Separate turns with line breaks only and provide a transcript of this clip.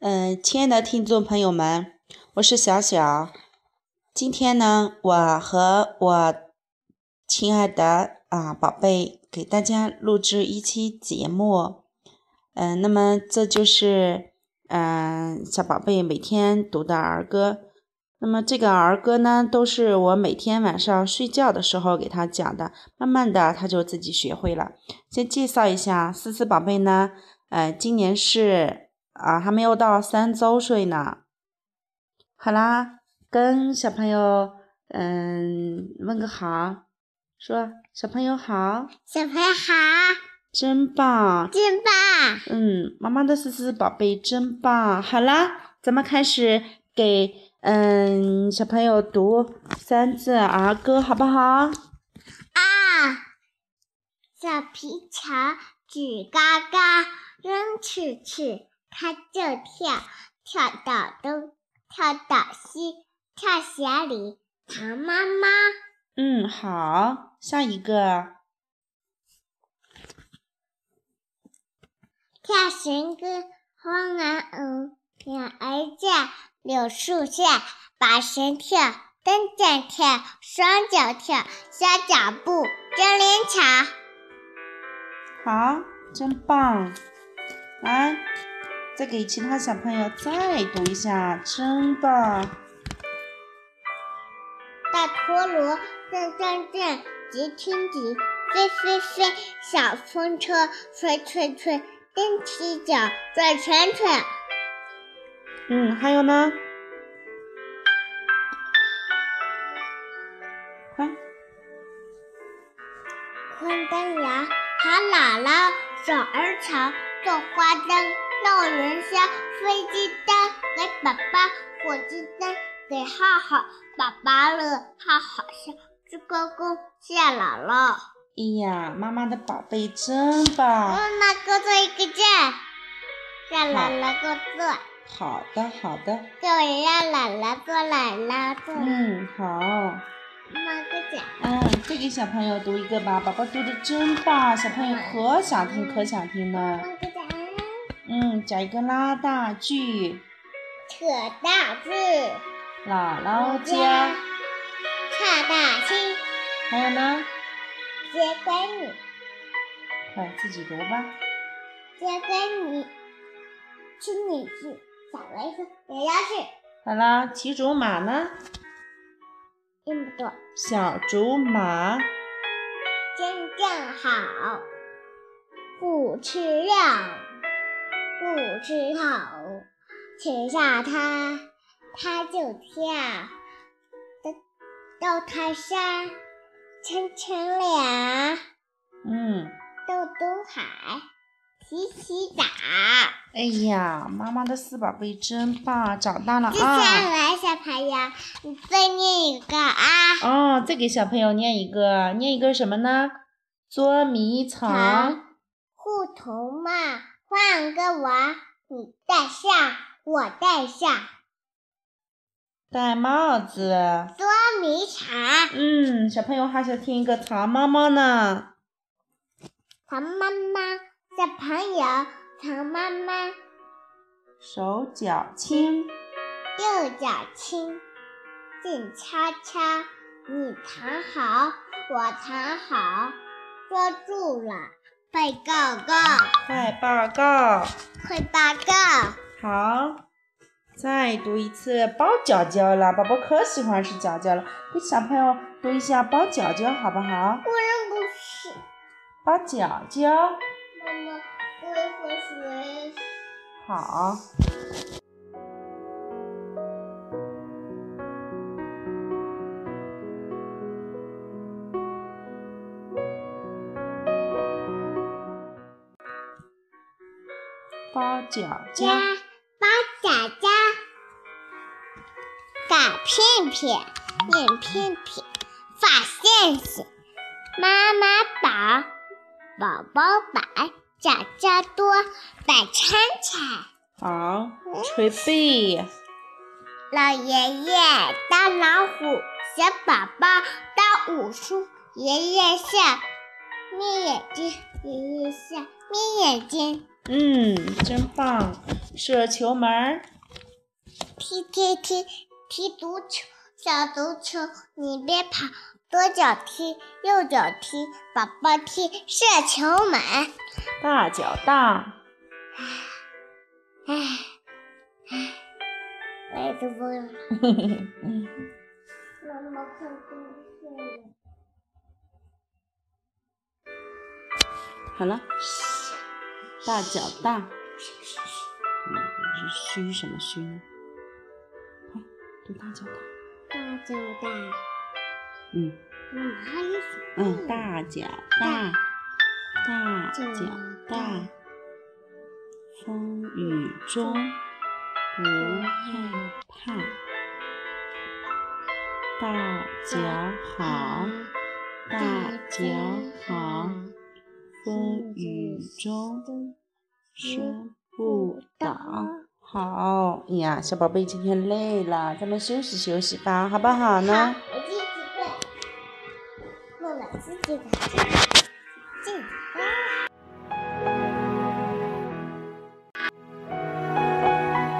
嗯，亲爱的听众朋友们，我是小小。今天呢，我和我亲爱的啊宝贝给大家录制一期节目。嗯、那么这就是嗯、小宝贝每天读的儿歌。那么这个儿歌呢，都是我每天晚上睡觉的时候给他讲的，慢慢的他就自己学会了。先介绍一下，思思宝贝呢，呃，今年是啊还没有到三周岁呢。好啦，跟小朋友嗯问个好，说小朋友好，
小朋友好，
真棒，
劲棒！
嗯，妈妈的思思宝贝真棒。好啦，咱们开始给嗯小朋友读三字儿歌，好不好？
啊！小皮球举高高，扔出去，它就跳，跳到东，跳到西，跳鞋里藏妈妈。
嗯，好，下一个。
跳绳歌，花篮舞，鸟嗯儿叫，柳树下，把绳跳，单脚跳，双脚跳，小脚步，真灵巧。
好，真棒！来，再给其他小朋友再读一下，真棒！
大陀螺转转转，急圈急，飞飞飞，小风车吹吹吹，踮起脚转圈圈。
嗯，还有呢？快，
宽灯摇，喊姥姥，手儿长，做花灯，闹元宵，飞机灯给宝宝，火鸡灯给浩浩，宝宝乐，浩浩笑，鞠躬躬谢姥姥。
哎呀，妈妈的宝贝真棒！
妈妈给我做一个赞，让姥姥给我做，
好的，好的，
给我让姥姥做姥姥做。
嗯，好，
妈妈给我讲。
嗯，再给小朋友读一个吧，宝宝读的真棒，小朋友可想听可想听了。
个答案，
嗯，讲一个拉大锯，
扯大字，
姥姥家，
差大星，
还有呢？
结闺女，
快自己读吧。
结闺女，亲女婿，小维生，也要是
好啦，骑竹马呢？
这么多，
小竹马，
真正好，不吃肉，不吃肉，吃下它，它就跳，到到它山，成成俩。
嗯，
豆东海，洗洗澡。
哎呀，妈妈的四宝贝真棒，长大了
接下
啊！
来，小朋友，你再念一个啊。
哦，再给小朋友念一个，念一个什么呢？捉迷藏，
护童帽，换个娃，你戴上，我戴上，
戴帽子。
捉迷藏。
嗯，小朋友还想听一个藏猫猫呢。
藏妈妈，小朋友，藏妈妈，
手脚轻，
右脚轻，静悄悄，你藏好，我藏好，捉住了，被告告。
快报告。
会报告。
好，再读一次包饺饺了，宝宝可喜欢吃饺饺了，给小朋友读一下包饺饺好不好？
我认不是。
包饺饺，
妈妈，我也会学。
好。包饺
家
饺，
八甲家，擀片片，面片片，发线线，妈妈宝，宝宝摆，家家多，摆餐餐。
好，捶背，
老爷爷当老虎，小宝宝当武术。爷爷笑，眯眼睛；爷爷笑，眯眼睛。
嗯，真棒。射球门儿，
踢踢踢踢足球，小足球，你别跑，左脚踢，右脚踢，宝宝踢射球门。
大脚大，
唉，唉，我也读不了。妈妈快听见了。
好了，大脚大，嗯，是虚什么虚呢？快读大脚大，
大脚大，
嗯
妈妈还有什
嗯，大脚大，大
脚
脚大
大，
风雨中不害怕，大脚好，大脚好，风雨中。摔不倒。好哎呀，小宝贝今天累了，咱们休息休息吧，好不好呢？
我自己背，问我自己的。